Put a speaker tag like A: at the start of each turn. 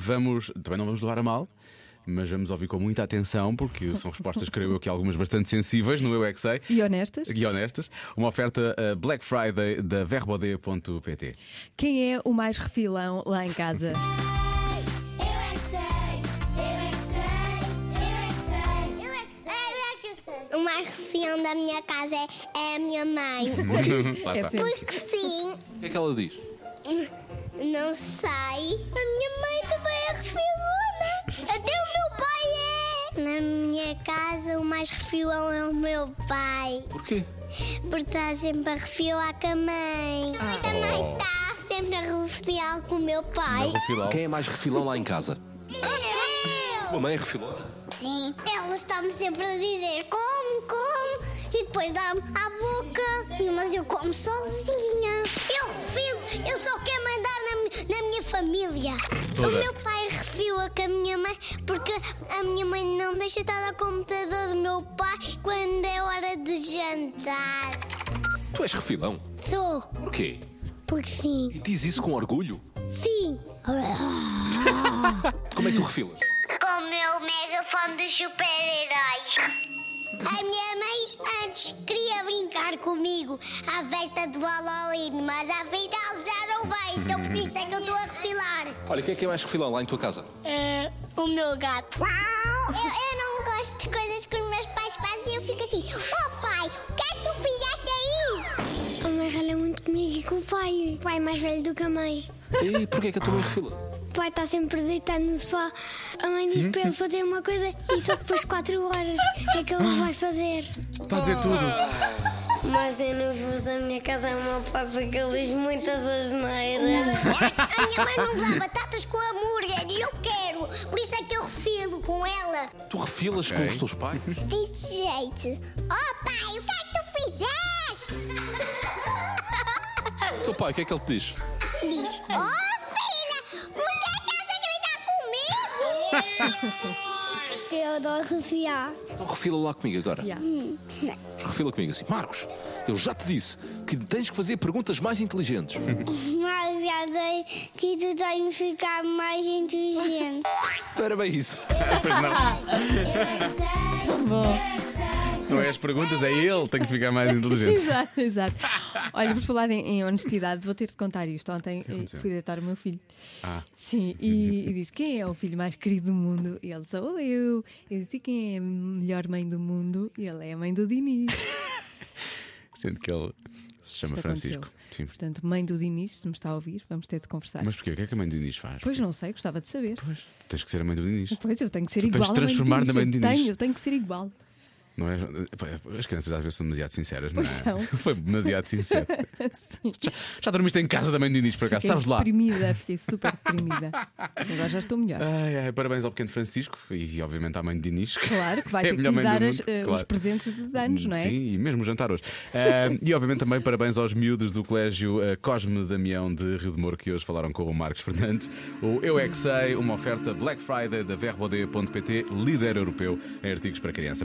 A: Vamos, também não vamos doar a mal, mas vamos ouvir com muita atenção, porque são respostas, creio eu, que algumas bastante sensíveis, no Eu É Que Sei.
B: E honestas?
A: E honestas. Uma oferta eh, Black Friday da verbode.pt.
B: Quem é o mais refilão lá em casa?
C: Eu é que sei, eu é que sei, eu é que sei, eu é que sei, eu é que sei. O mais refião da minha casa é, é a minha mãe.
A: Lá
B: É
A: está.
B: sempre.
C: Porque sim,
D: O que é que ela diz?
C: não sei. A minha mãe também é refilona. Até o meu pai é. Na minha casa, o mais refilão é o meu pai.
D: Porquê?
C: Porque está sempre a refilar com a mãe. A
D: Ah.
C: mãe também está sempre a refilar com o meu pai.
D: Quem é mais refilão lá em casa?
C: Eu!
D: Tua mãe é refilona?
C: Sim. Elas estão-me sempre a dizer como, como e depois dá-me à boca. Mas eu como sozinha. Eu refilo, eu só quero mandar na, mi- na minha família. O meu pai refila com a minha mãe porque a minha mãe não deixa estar ao computador do meu pai quando é hora de jantar.
D: Tu és refilão?
C: Sou,
D: Porquê?
C: porque sim.
D: E diz isso com orgulho?
C: Sim.
D: Como é que tu refilas?
C: com o meu megafone dos super-heróis. A minha mãe antes queria brincar comigo à festa do Halloween, mas afinal já não vai, então por isso é que eu estou a refilar.
D: Olha, quem é que é mais refilão lá em tua casa?
C: É, o meu gato. Eu, eu não gosto de coisas que os meus pais fazem e eu fico assim: Oh pai, o que é que tu fizeste aí? A mãe ralha é muito comigo e com o pai. O pai é mais velho do que a mãe.
D: E porquê é que a tua mãe refila?
C: O pai está sempre deitado no sofá. A mãe
A: Hum?
C: diz para ele fazer uma coisa e só depois de 4 horas é que ele vai fazer.
A: Está Tá a dizer tudo.
E: Mas eu não vou da minha casa é ao meu pai porque ele diz muitas asneiras.
C: A minha mãe não dá batatas com hambúrguer e eu quero, por isso é que eu refilo com ela.
D: Tu refilas com os teus pais?
C: Deste jeito. Oh pai, o que é que tu fizeste?
D: Teu pai, o que é que ele te diz?
C: Diz: Oh filha, por que estás a gritar comigo? Eu adoro refiar.
D: Então refila lá comigo agora.
B: Yeah.
D: Refila comigo assim. Marcos, eu já te disse que tens que fazer perguntas mais inteligentes.
C: Mas já sei que tu tens de ficar mais inteligente.
D: Não era bem isso.
A: Não é as perguntas, é ele, tem que ficar mais inteligente.
B: exato, exato. Olha, por falar em, em honestidade, vou ter de contar isto. Ontem eh,
A: é aconteceu?
B: fui deitar o meu filho.
A: Ah.
B: Sim, e, e disse: Quem é o filho mais querido do mundo? E ele sou eu. Eu disse: "E Quem é a melhor mãe do mundo? E ele é a mãe do Dinis.
A: Sendo que ele se chama
B: Isto
A: Francisco.
B: aconteceu.
A: Sim.
B: Portanto, mãe do Dinis, se me está a ouvir, vamos ter de conversar.
A: Mas porquê? O que é que a mãe do Dinis faz?
B: Pois não sei, gostava de saber.
A: Pois. Tens que ser a mãe do Dinis.
B: Pois, eu tenho que ser
A: Tu tens
B: igual.
A: de transformar
B: à
A: na mãe do
B: Eu
A: Dinis.
B: tenho, eu tenho que ser igual.
A: Não é? Pá, As crianças às vezes são demasiado sinceras, não é?
B: Pois são.
A: Foi demasiado sincero.
B: Sim.
A: Já dormiste em casa da mãe do Dinis, por acaso?
B: Fiquei
A: Sabes lá?
B: deprimida, fiquei super deprimida. Agora já estou melhor.
A: Ai, ai, parabéns ao pequeno Francisco e, obviamente, à mãe de Dinis. que
B: Claro que vai
A: é a
B: ter que
A: melhor
B: lhe
A: mãe
B: dar
A: do
B: as,
A: mundo,
B: eh, os
A: claro.
B: presentes de danos, não é?
A: Sim, e mesmo o jantar hoje. Ah, e, obviamente, também parabéns aos miúdos do Colégio ah, Cosme Damião de Rio de Moro que hoje falaram com o Marcos Fernandes. O Eu É Que Sei, uma oferta Black Friday da verbode.pt, líder europeu em artigos para criança.